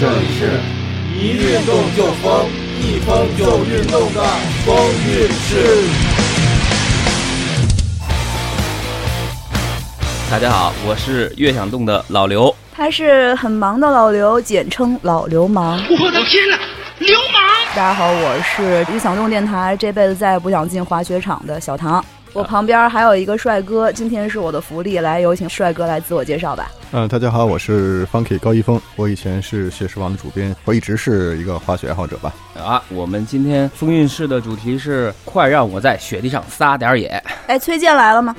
这里是一运动就疯，一疯就运动的疯运势。大家好，我是越想动的老刘。他是很忙的老刘，简称老流氓。我的天哪，流氓！大家好，我是越想动电台，这辈子再也不想进滑雪场的小唐。我旁边还有一个帅哥，今天是我的福利，来有请帅哥来自我介绍吧。嗯，大家好，我是 Funky 高一峰，我以前是学识网的主编，我一直是一个滑雪爱好者吧。啊，我们今天风韵室的主题是快让我在雪地上撒点野。哎，崔健来了吗？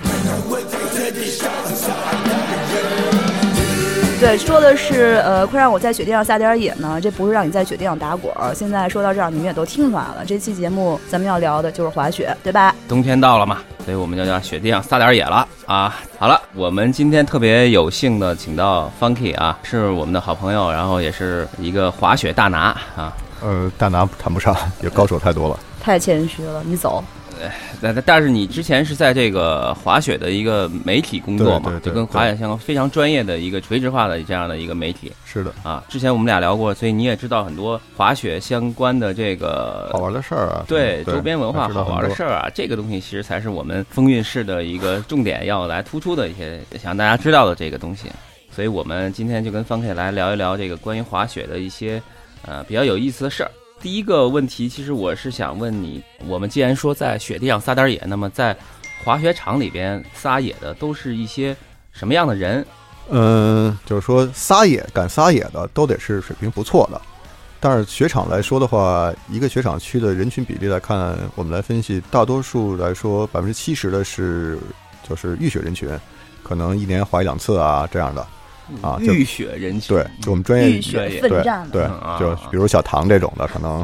对，说的是呃，快让我在雪地上撒点野呢，这不是让你在雪地上打滚儿。现在说到这儿，你们也都听出来了，这期节目咱们要聊的就是滑雪，对吧？冬天到了嘛，所以我们就让雪地上撒点野了啊！好了，我们今天特别有幸的请到 Funky 啊，是我们的好朋友，然后也是一个滑雪大拿啊。呃，大拿谈不上，也高手太多了。太谦虚了，你走。但但是你之前是在这个滑雪的一个媒体工作嘛，对对对就跟滑雪相关，非常专业的一个垂直化的这样的一个媒体是的，啊。之前我们俩聊过，所以你也知道很多滑雪相关的这个好玩的事儿啊，对对周边文化知道好很玩的多事儿啊，这个东西其实才是我们风韵市的一个重点要来突出的一些想让大家知道的这个东西。所以我们今天就跟方 K 来聊一聊这个关于滑雪的一些呃比较有意思的事儿。第一个问题，其实我是想问你，我们既然说在雪地上撒点儿野，那么在滑雪场里边撒野的都是一些什么样的人？嗯，就是说撒野敢撒野的都得是水平不错的。但是雪场来说的话，一个雪场区的人群比例来看，我们来分析，大多数来说，百分之七十的是就是浴雪人群，可能一年滑一两次啊这样的啊，就浴雪人群，对，就我们专业浴雪奋对战了，对嗯啊，就比如小唐这种的，可能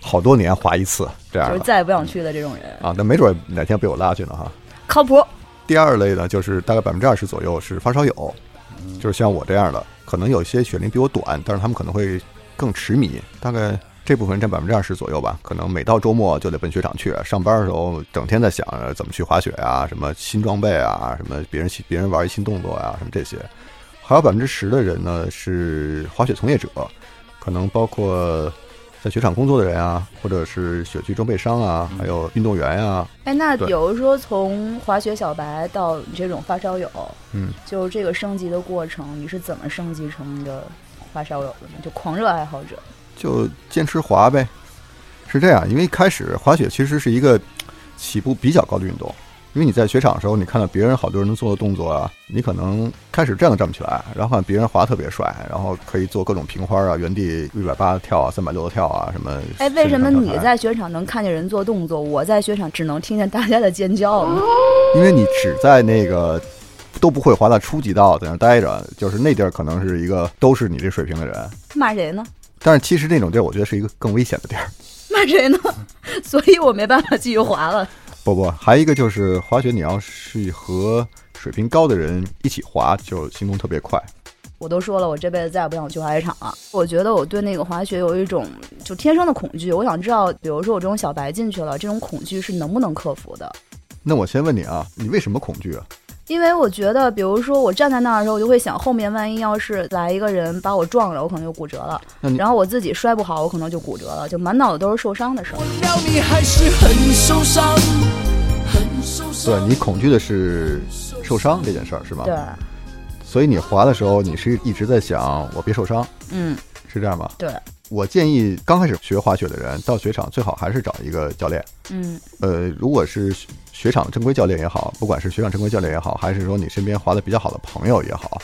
好多年滑一次这样就是的再也不想去的这种人，啊，那没准哪天被我拉去呢哈。靠谱。第二类呢，就是大概百分之二十左右是发烧友，就是像我这样的，可能有些雪龄比我短，但是他们可能会更痴迷，大概这部分占百分之二十左右吧。可能每到周末就得奔雪场去，上班的时候整天在想着怎么去滑雪啊，什么新装备啊，什么别人别人玩一新动作啊，什么这些。还有百分之十的人呢是滑雪从业者，可能包括在雪场工作的人啊，或者是雪具装备商啊，还有运动员啊呀、哎，那对比如说从滑雪小白到你这种发烧友，嗯，就是这个升级的过程，你是怎么升级成一个发烧友的呢？就狂热爱好者，就坚持滑呗。是这样，因为一开始滑雪其实是一个起步比较高的运动，因为你在雪场的时候，你看到别人好多人能做的动作啊，你可能开始站都站不起来，然后看别人滑特别帅，然后可以做各种平花啊、原地一百八跳啊、三百六的跳啊什么。哎，为什么伸展你跳台在雪场能看见人做动作，我在雪场只能听见大家的尖叫呢？因为你只在那个都不会滑到初级道在那儿待着，就是那地儿可能是一个都是你这水平的人， 骂谁呢？但是其实那种地儿我觉得是一个更危险的地儿。 骂谁呢？ 所以我没办法继续滑了。不不，还一个就是滑雪，你要是和水平高的人一起滑，就行动特别快。我都说了，我这辈子再也不想去滑雪场了。我觉得我对那个滑雪有一种就天生的恐惧。我想知道，比如说我这种小白进去了，这种恐惧是能不能克服的？那我先问你啊，你为什么恐惧啊？因为我觉得，比如说我站在那儿的时候，我就会想，后面万一要是来一个人把我撞了，我可能就骨折了那你；然后我自己摔不好，我可能就骨折了，就满脑子都是受伤的事儿。要你还是很受伤，很受伤。对你恐惧的是受伤这件事儿是吗？对，所以你滑的时候，你是一直在想我别受伤，嗯，是这样吗？对，我建议刚开始学滑雪的人到雪场最好还是找一个教练。嗯，呃，如果是雪雪场正规教练也好，不管是雪场正规教练也好，还是说你身边滑的比较好的朋友也好，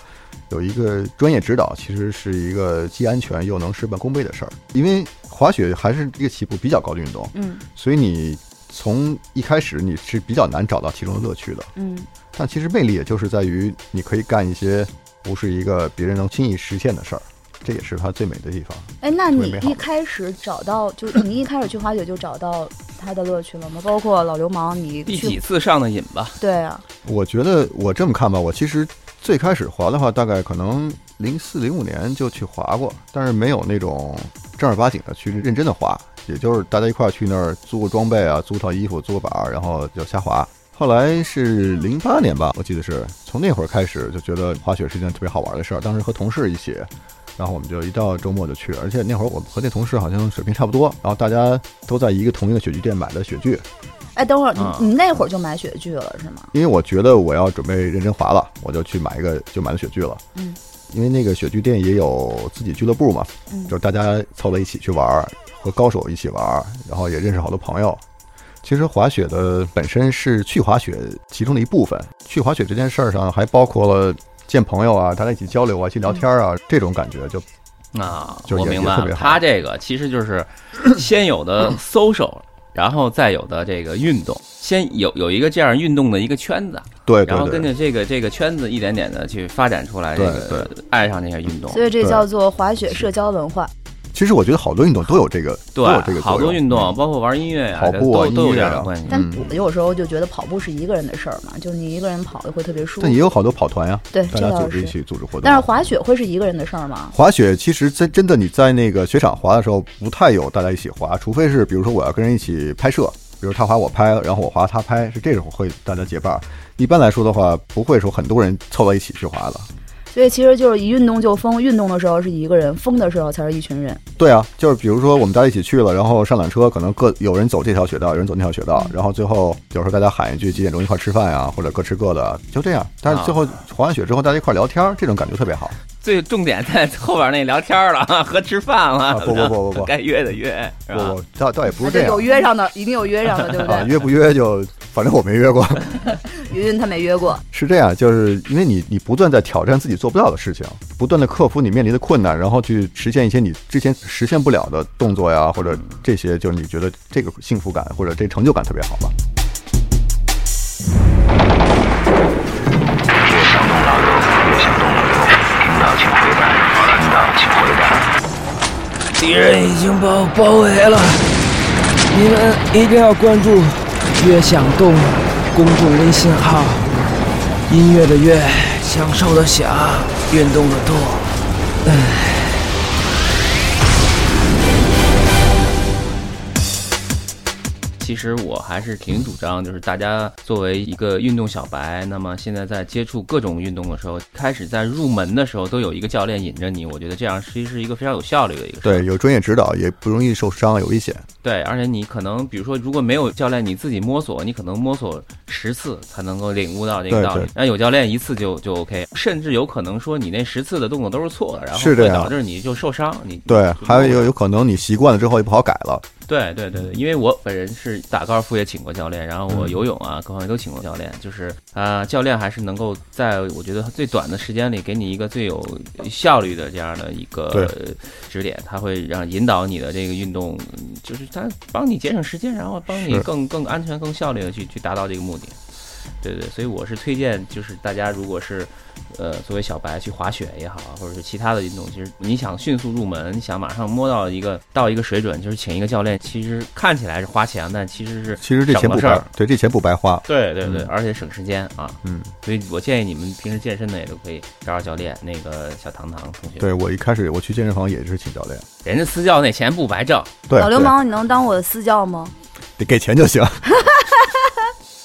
有一个专业指导，其实是一个既安全又能事半功倍的事儿。因为滑雪还是一个起步比较高的运动，嗯，所以你从一开始你是比较难找到其中的乐趣的。嗯，但其实魅力也就是在于你可以干一些不是一个别人能轻易实现的事儿，这也是它最美的地方。哎，那特别你美好一开始找到，就你一开始去滑雪就找到它的乐趣了吗？包括老流氓，你第去几次上的瘾吧？对啊，我觉得我这么看吧，我其实最开始滑的话，大概可能零四零五年就去滑过，但是没有那种正儿八经的去认真的滑，也就是大家一块儿去那儿租个装备啊，租套衣服，租个板儿，然后就瞎滑。后来是零八年吧，我记得是从那会儿开始就觉得滑雪是一件特别好玩的事儿。当时和同事一起，然后我们就一到周末就去，而且那会儿我们和那同事好像水平差不多，然后大家都在一个同一个雪具店买的雪具，哎，等会儿你、啊你那会儿就买雪具了是吗？因为我觉得我要准备认真滑了，我就去买一个，就买了雪具了。嗯，因为那个雪具店也有自己俱乐部嘛，嗯就是大家凑在一起去玩儿，和高手一起玩儿，然后也认识好多朋友。其实滑雪的本身是去滑雪其中的一部分，去滑雪这件事儿上还包括了见朋友啊，大家一起交流啊，一起聊天啊，这种感觉就啊，就我也明也白特别了，好他这个其实就是先 有的 social，然后再有的这个运动，先有有一个这样运动的一个圈子，对然后对跟对，着这个这个圈子一点点的去发展出来，这对个爱上这项运动，所以这对叫做滑雪社交文化。其实我觉得好多运动都有这个都有这对，个好作多用嗯运动，啊包括玩音乐呀，跑这步啊都都有音乐这啊样的关系。但我有时候就觉得跑步是一个人的事儿嘛，就你一个人跑就会特别舒服但。也有好多跑团呀、对，大这家倒组织一是。起组织活动。啊但是滑雪会是一个人的事儿吗？滑雪其实真真的你在那个雪场滑的时候，不太有大家一起滑，除非是比如说我要跟人一起拍摄，比如他滑我拍，然后我滑他拍，是这种会大家结伴儿。一般来说的话，不会说很多人凑到一起去滑的。所以其实就是一运动就疯，运动的时候是一个人，疯的时候才是一群人。对啊，就是比如说我们大家一起去了，然后上缆车，可能各有人走这条雪道，有人走那条雪道，然后最后有时候大家喊一句几点钟一块儿吃饭呀、啊或者各吃各的，就这样。但是最后滑完雪之后，大家一块儿聊天儿，这种感觉特别好。最重点在后边那聊天了 和吃饭了，啊不不不不不 该约的约，是吧？我倒倒也不是这啊样有约上的，一定有约上的，对不啊， 对？约不约就反正我没约过。云云她没约过，是这样，就是因为你你不断在挑战自己做不到的事情，不断的克服你面临的困难，然后去实现一些你之前实现不了的动作呀，或者这些，就是你觉得这个幸福感或者这成就感特别好吧？敌人已经把我包围了，你们一定要关注“乐享动”公众微信号，音乐的乐，享受的享，运动的动。其实我还是挺主张，就是大家作为一个运动小白，那么现在在接触各种运动的时候，开始在入门的时候都有一个教练引着你，我觉得这样其实是一个非常有效率的一个事儿对，有专业指导也不容易受伤，有危险。对，而且你可能比如说如果没有教练，你自己摸索，你可能摸索十次才能够领悟到这个对道理对。那有教练一次就就 OK，甚至有可能说你那十次的动作都是错的，然后是这会样导致你就受伤。你对，就还有有就有可能你习惯了之后也不好改了。对对对对，因为我本人是打高尔夫也请过教练，然后嗯我游泳啊各方面都请过教练，就是啊、教练还是能够在我觉得最短的时间里给你一个最有效率的这样的一个对呃指点，他会让引导你的这个运动，嗯就是他帮你节省时间，然后帮你是更更安全、更效率的去去达到这个目的。对对，所以我是推荐，就是大家如果是，呃，作为小白去滑雪也好，或者是其他的运动，其实你想迅速入门，你想马上摸到一个呃到一个水准，就是请一个教练，其实看起来是花钱，但其实是其实这钱省不了事白儿。，对，这钱不白花。对对对，嗯而且省时间啊，嗯，所以我建议你们平时健身的也都可以找找教练，那个小糖糖同学，对我一开始我去健身房也是请教练，人家私教那钱不白挣，对，老流对，氓，你能当我的私教吗？得给钱就行。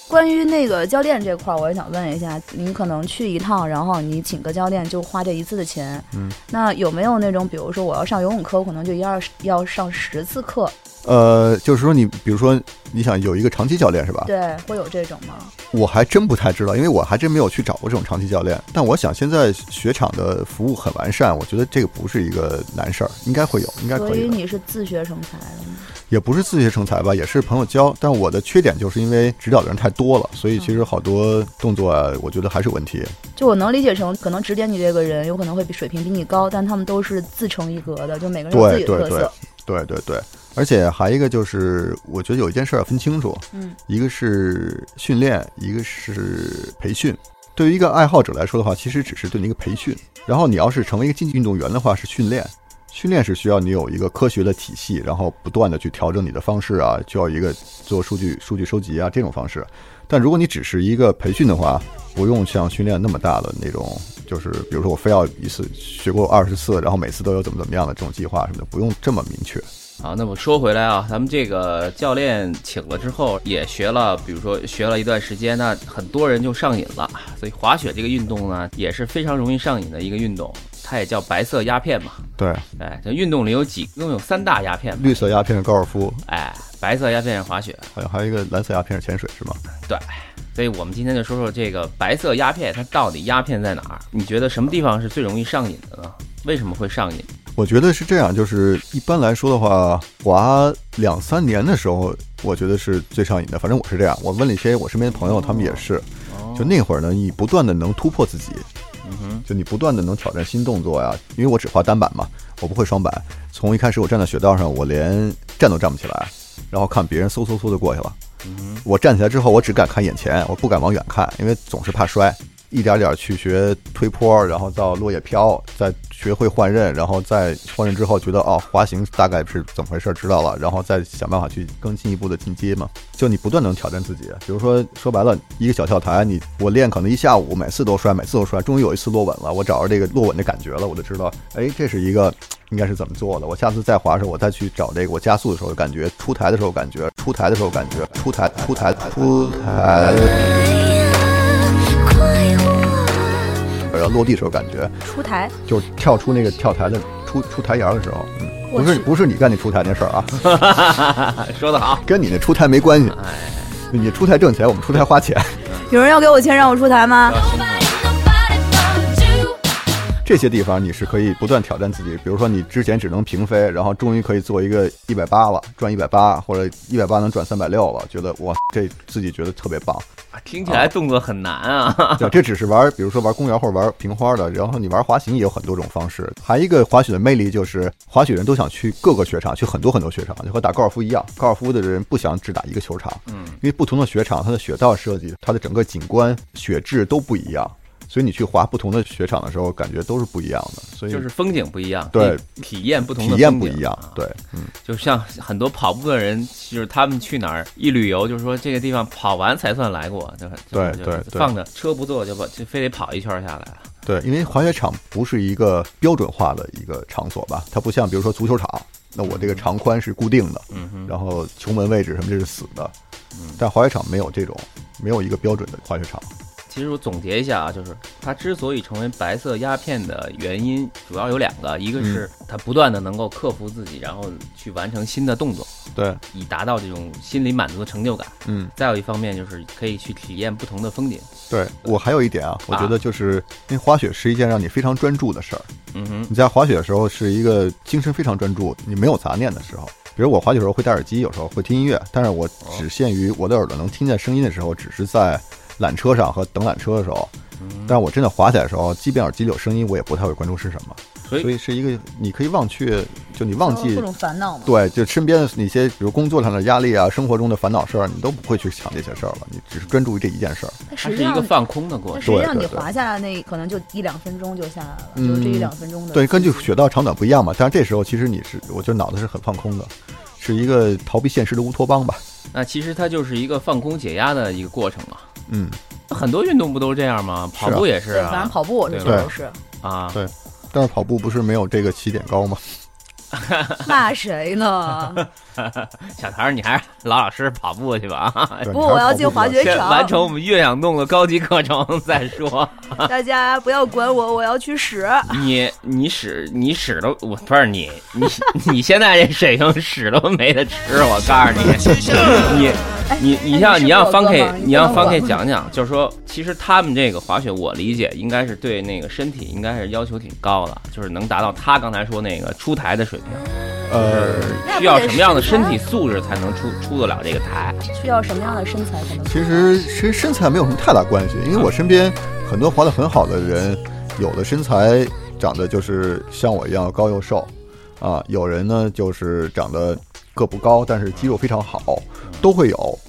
关于那个教练这块儿，我也想问一下，您可能去一趟，然后你请个教练就花这一次的钱，嗯，那有没有那种，比如说我要上游泳课，我可能就一二要上十次课，呃，就是说你比如说你想有一个长期教练是吧？对，会有这种吗？我还真不太知道，因为我还真没有去找过这种长期教练。但我想现在雪场的服务很完善，我觉得这个不是一个难事儿，应该会有，应该所可以以的。你是自学成才的吗？也不是自学成才吧，也是朋友教。但我的缺点就是因为指导的人太多了，所以其实好多动作啊，我觉得还是有问题。就我能理解成，可能指点你这个人有可能会比水平比你高，但他们都是自成一格的，就每个人有自己对的特对对色。，对对对。而且还一个就是，我觉得有一件事儿要分清楚，嗯，一个是训练，一个是培训。对于一个爱好者来说的话，其实只是对你一个培训。然后你要是成为一个竞技运动员的话，是训练。训练是需要你有一个科学的体系，然后不断的去调整你的方式啊，需要一个做数据数据收集啊这种方式。但如果你只是一个培训的话，不用像训练那么大的那种，就是比如说我非要一次学过二十次，然后每次都有怎么怎么样的这种计划什么的，不用这么明确。好，那么说回来啊，咱们这个教练请了之后，也学了，比如说学了一段时间，那很多人就上瘾了。所以滑雪这个运动呢，也是非常容易上瘾的一个运动。它也叫白色鸦片嘛。对，哎，这运动里有几，共有三大鸦片嘛。绿色鸦片是高尔夫，哎，白色鸦片是滑雪，好像还有一个蓝色鸦片是潜水，是吗？对。所以我们今天就说说这个白色鸦片，它到底鸦片在哪儿？你觉得什么地方是最容易上瘾的呢？为什么会上瘾？我觉得是这样，就是一般来说的话，滑两三年的时候，我觉得是最上瘾的。反正我是这样，我问了一些我身边的朋友，他们也是，就那会儿呢，你不断的能突破自己，就你不断的能挑战新动作呀。因为我只滑单板嘛，我不会双板。从一开始我站在雪道上，我连站都站不起来，然后看别人嗖嗖嗖就过去了。我站起来之后，我只敢看眼前，我不敢往远看，因为总是怕摔。一点点去学推坡，然后到落叶飘，再学会换刃，然后再换刃之后觉得哦，滑行大概是怎么回事，知道了，然后再想办法去更进一步的进阶嘛。就你不断能挑战自己，比如说说白了，一个小跳台，你我练可能一下午，每次都摔，每次都摔，终于有一次落稳了，我找着这个落稳的感觉了，我就知道，哎，这是一个应该是怎么做的。我下次再滑的时候，我再去找这个，我加速的时候感觉，出台的时候感觉，出台的时候感觉，出台出台出台，然后落地时候感觉。出台就是跳出那个跳台的出出台沿儿的时候，嗯我不是去不是你干那出台那事儿啊， 哎哎说得好，跟你那出台没关系。你出台挣钱，我们出台花钱， 有人要给我钱让我出台吗？这些地方你是可以不断挑战自己。比如说，你之前只能平飞，然后终于可以做一个一百八了，转一百八，或者一百八能转三百六了，觉得哇，这自己觉得特别棒。听起来动作很难 啊。对，这只是玩，比如说玩公园或者玩平花的，然后你玩滑行也有很多种方式。还一个滑雪的魅力就是，滑雪人都想去各个雪场，去很多很多雪场，就和打高尔夫一样，高尔夫的人不想只打一个球场，嗯，因为不同的雪场它的雪道设计、它的整个景观、雪质都不一样，所以你去滑不同的雪场的时候，感觉都是不一样的，所以就是风景不一样，对，体验不同的体验风不景一样啊，对，嗯。就像很多跑步的人，就是他们去哪儿一旅游，就是说这个地方跑完才算来过，就是对就是对就对放着车不坐就把就非得跑一圈下来啊了。对，因为滑雪场不是一个标准化的一个场所吧，它不像比如说足球场，那我这嗯个长宽是固定的，然后球门位置什么这是死的，但滑雪场没有这种，没有一个标准的滑雪场。其实我总结一下啊，就是它之所以成为白色鸦片的原因，主要有两个，一个是它不断的能够克服自己，然后去完成新的动作，对，以达到这种心理满足的成就感；嗯，再有一方面就是可以去体验不同的风景。对我还有一点啊，我觉得就是因为滑雪是一件让你非常专注的事儿，嗯哼，你在滑雪的时候是一个精神非常专注，你没有杂念的时候。比如我滑雪的时候会戴耳机，有时候会听音乐，但是我只限于我的耳朵能听见声音的时候，只是在缆车上和等缆车的时候。但是我真的滑起来的时候，即便耳机里有声音，我也不太会关注是什么。所以所以是一个你可以忘却，就你忘记各种烦恼嘛。对，就身边的那些，比如工作上的压力啊，生活中的烦恼事儿，你都不会去想这些事儿了，你只是专注于这一件事儿。它它实是际一个上，放空的过它程。实际上对你对对嗯滑下来那可能就一两分钟就下来了，就是这一两分钟的。对，根据雪道长短不一样嘛。但是这时候其实你是，我觉得脑子是很放空的，是一个逃避现实的乌托邦吧。那其实它就是一个放空解压的一个过程啊。嗯，很多运动不都是这样吗？跑步也是对，反正啊，跑步我是觉对得是。啊，对但是跑步不是没有这个起点高吗？骂 谁呢？小唐儿，你还是老老实实跑步去吧啊！对哎不，我要进滑。你还是跑步比较 先雪完场，成我们岳阳洞的高级课程再说。大家不要管我，我要去屎。你你屎你屎都我不是你你你现在这水平屎都没得吃，我告诉你，你你你哎像你你是让我哥 Funky 吗你你让不能 Funky 我讲讲，就是说其实他们这个滑雪，我理解应该是对那个身体应该是要求挺高的，就是能达到他刚才说那个出台的水平，呃，需要什么样的身体素质才能出出得了这个台？需要什么样的身材才能？其实其实身材没有什么太大关系，因为我身边很多滑得很好的人，有的身材长得就是像我一样高又瘦，啊，有人呢就是长得个不高，但是肌肉非常好，嗯都会有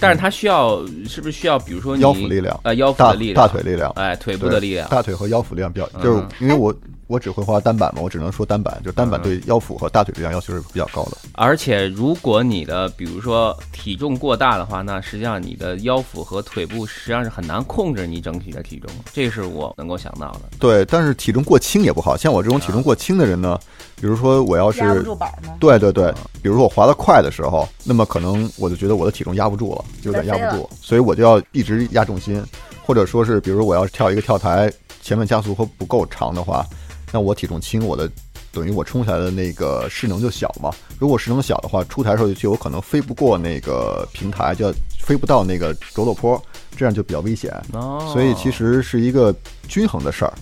但是他需要是不是需要比如说你腰腹力量呃腰腹大的力量大腿力量。哎腿部对的力量大腿和腰腹力量比较，嗯就是因为我我只会滑单板嘛，我只能说单板，就单板嗯对腰腹和大腿力量要求是比较高的。而且，如果你的比如说体重过大的话，那实际上你的腰腹和腿部实际上是很难控制你整体的体重，这是我能够想到的。对，但是体重过轻也不好，像我这种体重过轻的人呢，比如说我要是压不住板吗？对对对，比如说我滑得快的时候，那么可能我就觉得我的体重压不住了，有点压不住，所以我就要一直压重心，或者说是比如我要跳一个跳台，前面加速和不够长的话，那我体重轻，我的等于我冲下来的那个势能就小嘛。如果势能小的话，出台的时候就有可能飞不过那个平台，就要飞不到那个轴落坡，这样就比较危险。哦所以其实是一个均衡的事儿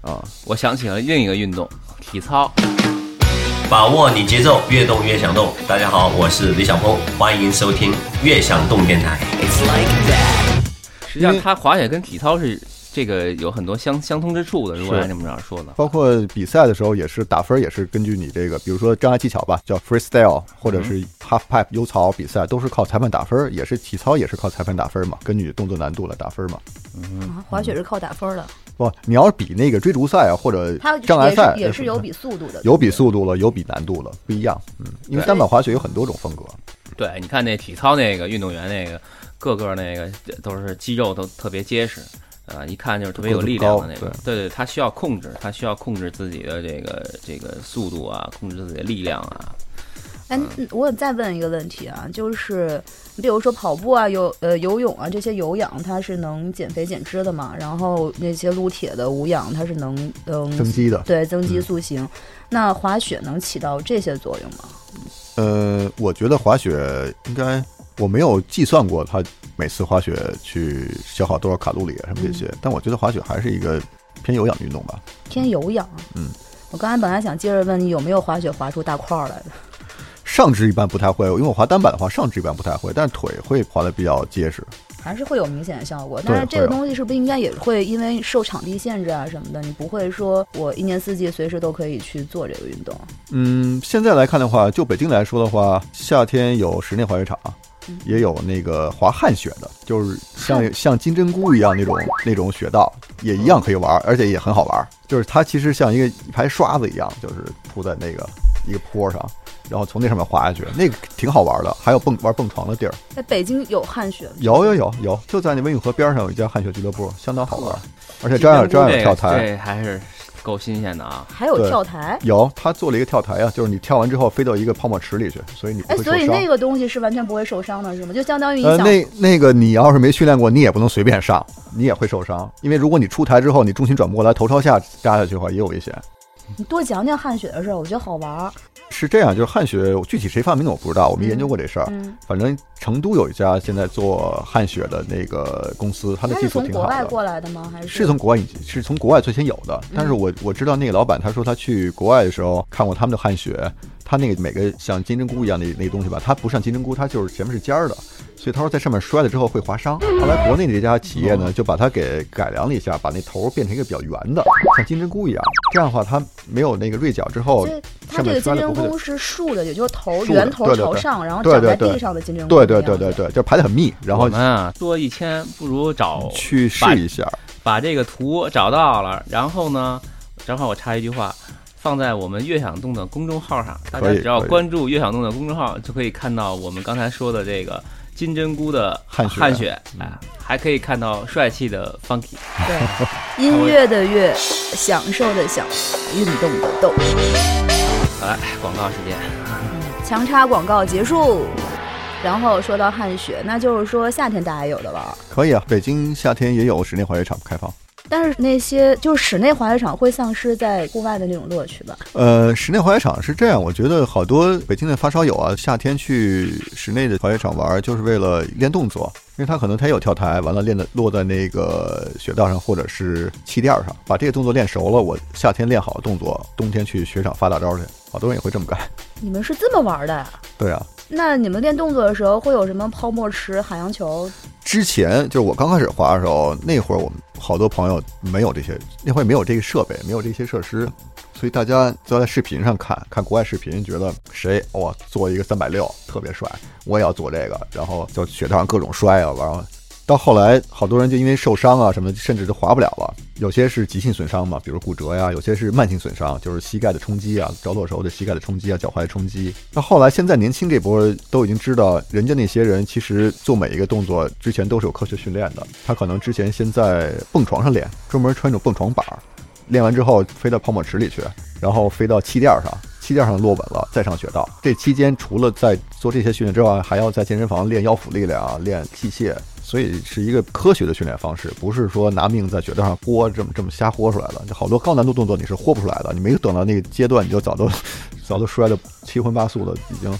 啊。我想起了另一个运动，体操。把握你节奏，越动越想动。大家好，我是李小鹏，欢迎收听《越想动电台》。实际上因，为它滑雪跟体操是这个有很多相相通之处的。如果按这么着说的话，包括比赛的时候也是打分，也是根据你这个，比如说障碍技巧吧，叫 freestyle，或者是 half pipe 优槽比赛，都是靠裁判打分，也是体操也是靠裁判打分嘛，根据动作难度来打分嘛。嗯啊滑雪是靠打分儿的，不，你要是比那个追逐赛啊，或者它障碍也赛是，也是有比速度的，有比速度了，有比难度了，不一样。嗯，因为单板滑雪有很多种风格，对，你看那体操那个运动员那个个个那个都是肌肉都特别结实，呃，一看就是特别有力量的那种个子。对对，他需要控制，他需要控制自己的这个这个速度啊，控制自己的力量啊。哎，嗯我再问一个问题啊，就是你比如说跑步啊、游呃游泳啊这些有氧，它是能减肥减脂的嘛？然后那些撸铁的无氧，它是能能增肌的。对增肌嗯塑形。那滑雪能起到这些作用吗？呃，我觉得滑雪应该我没有计算过它每次滑雪去消耗多少卡路里啊什么这些，嗯但我觉得滑雪还是一个偏有氧运动吧。偏有氧。啊嗯，我刚才本来想接着问你有没有滑雪滑出大块儿来的，上肢一般不太会，因为我滑单板的话，上肢一般不太会，但是腿会滑的比较结实。还是会有明显的效果。对但是这会个有东西是不是应该也会因为受场地限制啊什么的？你不会说我一年四季随时都可以去做这个运动？啊嗯，现在来看的话，就北京来说的话，夏天有室内滑雪场嗯，也有那个滑旱雪的，就是像像金针菇一样那种那种雪道，也一样可以玩，而且也很好玩。就是它其实像一个一排刷子一样，就是铺在那个一个坡上，然后从那上面滑下去，那个挺好玩的。还有蹦玩蹦床的地儿，在北京有汗雪有有有有，就在那温运河边上有一家旱雪俱乐部，相当好玩，而且照样照样有跳台。这还是够新鲜的啊。还有对跳台。有，他做了一个跳台啊，就是你跳完之后飞到一个泡沫池里去，所以你不哎，会受所伤。以那个东西是完全不会受伤的，是吗？就相当于你呃，想，那那个你要是没训练过，你也不能随便上，你也会受伤。因为如果你出台之后，你重心转不过来，头朝下扎下去的话，也哎有危险。你多讲讲汗雪的事儿，我觉得好玩儿。是这样，就是汗雪具体谁发明的我不知道，我没研究过这事儿。嗯，反正成都有一家现在做汗雪的那个公司，它的它技是术从挺国好外的。过来的吗？还是嗯是从国外引进，是从国外最先有的。但是我我知道那个老板，他说他去国外的时候看过他们的汗雪，他那个每个像金针菇一样的那个东西吧，它不像金针菇，它就是前面是尖儿的，所以他说在上面摔了之后会划伤。后来国内的这家企业呢，就把它给改良了一下，把那头儿变成一个比较圆的，像金针菇一样。这样的话，它没有那个锐角之后所，以它上这面个摔金了针不会菇。是竖的，也就是头竖的圆头对对朝对上，然后对长对在对地上的金针菇。对对对对。对，就排得很密，然后我们啊，多一千不如找去把试一下。把这个图找到了，然后呢，正好我插一句话，放在我们悦享动的公众号上，大家可以只要可以关注悦享动的公众号，就可以看到我们刚才说的这个金针菇的汗血血，汗血，哎，还可以看到帅气的 Funky。对，音乐的乐，享受的享，运动的动。好来，哎广告时间，强插广告结束。然后说到汗雪，那就是说夏天大家有的玩儿，可以啊，北京夏天也有室内滑雪场开放。但是那些就是室内滑雪场会丧失在户外的那种乐趣吧？呃，室内滑雪场是这样，我觉得好多北京的发烧友啊，夏天去室内的滑雪场玩，就是为了练动作，因为他可能他也有跳台，完了练的落在那个雪道上或者是气垫上，把这个动作练熟了，我夏天练好动作，冬天去雪场发大招去，好多人也会这么干。你们是这么玩儿的啊？对啊，那你们练动作的时候会有什么泡沫池、海洋球？之前就是我刚开始滑的时候，那会儿我们好多朋友没有这些，那会儿没有这个设备，没有这些设施，所以大家都在视频上看看国外视频，觉得谁哇做一个三百六特别帅，我也要做这个，然后就雪道上各种摔啊，然后到后来好多人就因为受伤啊什么的，甚至都滑不了了。有些是急性损伤嘛，比如骨折呀；有些是慢性损伤，就是膝盖的冲击啊，着落时候的膝盖的冲击啊，脚踝的冲击。那后来现在年轻这波都已经知道，人家那些人其实做每一个动作之前都是有科学训练的。他可能之前先在蹦床上练，专门穿一种蹦床板儿，练完之后飞到泡沫池里去，然后飞到气垫上，气垫上落稳了再上雪道。这期间除了在做这些训练之外，还要在健身房练腰腹力量啊，练器械，所以是一个科学的训练方式，不是说拿命在决斗上豁这么这么瞎豁出来的。就好多高难度动作你是豁不出来的，你没有等到那个阶段，你就早都早都摔得七荤八素的，已经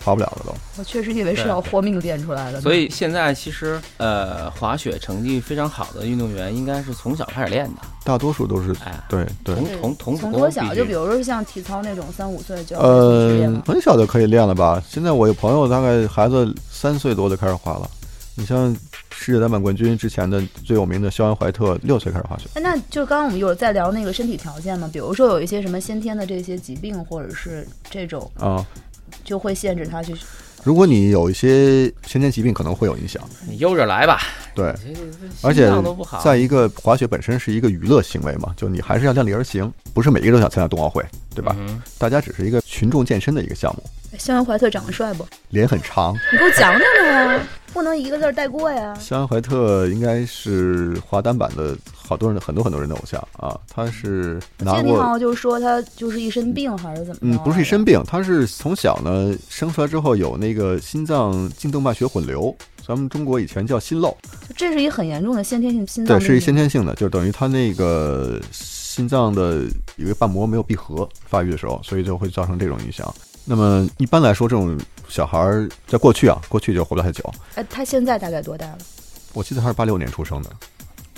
跑不了了都。我确实以为是要豁命练出来的，所以现在其实，呃，滑雪成绩非常好的运动员，应该是从小开始练的。大多数都是哎，对对，从对从从从国多小，比就比如说像体操那种，三五岁就要开始呃练嘛，很小就可以练了吧？现在我有朋友大概孩子三岁多就开始滑了。你像世界单板冠军之前的最有名的肖恩怀特，六岁开始滑雪。哎那就刚刚我们有在聊那个身体条件嘛，比如说有一些什么先天的这些疾病，或者是这种，啊、就会限制他去。如果你有一些先天疾病，可能会有影响。你悠着来吧，对，这这这而心且脏都不好。在一个滑雪本身是一个娱乐行为嘛，就你还是要量力而行，不是每一个都想参加冬奥会，对吧？嗯大家只是一个群众健身的一个项目，肖哎恩怀特长得帅不？脸很长。你给我讲讲呀，不能一个字儿带过呀。肖恩怀特应该是滑单板的好多人很多很多人的偶像啊，他是记拿得你好过。像就说他就是一身病还是怎么着来嗯着？，啊不是一身病，他是从小呢生出来之后有那个心脏颈动脉血混流，咱们中国以前叫心漏，这是一很严重的先天性心脏对，病。是一先天性的，就等于他那个心脏的有一个瓣膜没有闭合，发育的时候，所以就会造成这种影响。那么一般来说，这种小孩儿在过去啊，过去就活不了太久。哎，他现在大概多大了？我记得他是八六年出生的，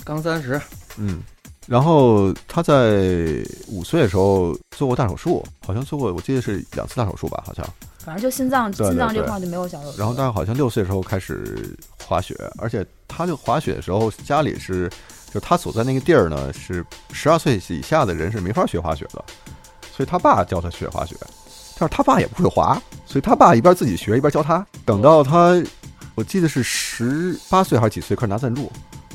刚三十，嗯。然后他在五岁的时候做过大手术，好像做过，我记得是两次大手术吧，好像。反正就心脏对对心脏对这块就没有小手术。然后大概好像六岁的时候开始滑雪，而且他就滑雪的时候，家里是就他所在那个地儿呢，是十二岁以下的人是没法学滑雪的，所以他爸教他学滑雪，但是他爸也不会滑，所以他爸一边自己学一边教他。等到他，我记得是十八岁还是几岁开始拿赞助，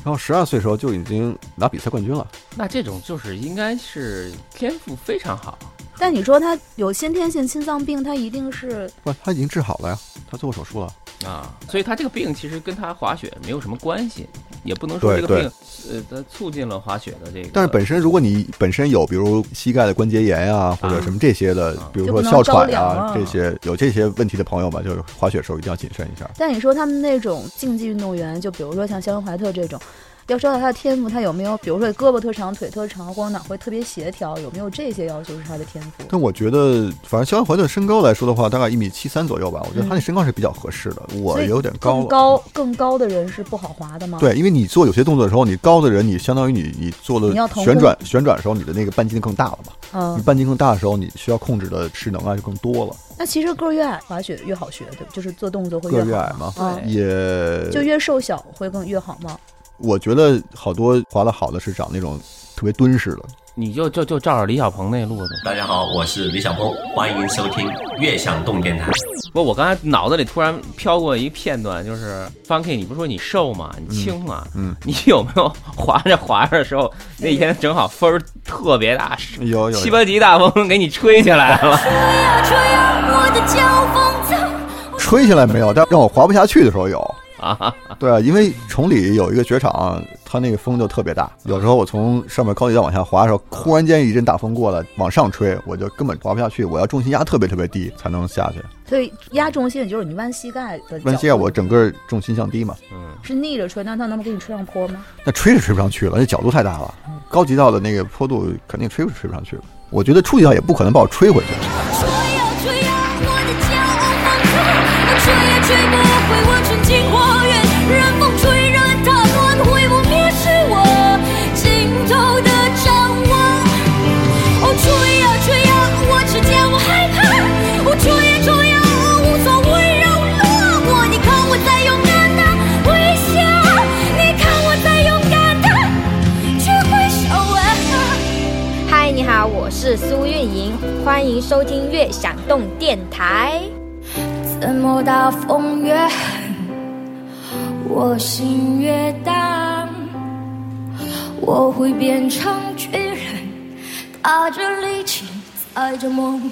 然后十二岁的时候就已经拿比赛冠军了。那这种就是应该是天赋非常好。但你说他有先天性心脏病，他一定是不，他已经治好了呀，他做过手术了。啊，所以他这个病其实跟他滑雪没有什么关系，也不能说对这个病，呃，它促进了滑雪的这个。但是本身如果你本身有比如膝盖的关节炎啊，或者什么这些的啊，比如就说不能哮喘着凉啊这些有这些问题的朋友吧，就是滑雪时候一定要谨慎一下。但你说他们那种竞技运动员，就比如说像肖恩怀特这种，要知道他的天赋，他有没有，比如说胳膊特长、腿特长，或者哪会特别协调，有没有这些要求是他的天赋？但我觉得，反正肖恩怀特身高来说的话，大概一米七三左右吧，我觉得他那身高是比较合适的。我嗯所以有点高更了。高更高的人是不好滑的吗？，对，因为你做有些动作的时候，你高的人，你相当于你你做的你要腾空旋转旋转的时候，你的那个半径更大了嘛？你嗯，半径更大的时候，你需要控制的势能啊就更多了。那其实个儿越矮，滑雪越好学，对吧，就是做动作会个儿越越好矮嘛，嗯，也就越瘦小会更越好吗？我觉得好多滑的好的是长那种特别敦实的，你就就就照着李小鹏那路子。大家好，我是李小鹏，欢迎收听《悦享动电台》。不，我刚才脑子里突然飘过一片段，就是 Funky，你不是说你瘦吗？你轻吗？嗯你有没有滑着滑着的时候，那天正好风儿特别大，是有有七八级大风给你吹起来了， 吹起来没有，但让我滑不下去的时候有啊。对啊，因为崇礼有一个雪场，它那个风就特别大，有时候我从上面高地再往下滑的时候，忽然间一阵大风过来，往上吹，我就根本滑不下去，我要重心压特别特别低才能下去。所以压重心也就是你弯膝盖的角度，弯膝啊，我整个重心向低嘛，是逆着吹，那他能给你吹上坡吗？那吹是吹不上去了，那角度太大了，高级道的那个坡度肯定吹是吹不上去了。我觉得初级道也不可能把我吹回去。哦哦啊嗨，你好，我是苏运莹，欢迎收听《悦享动电台》。怎么大风越狠，我心越荡？我会变成巨人，踏着力气，踩着梦，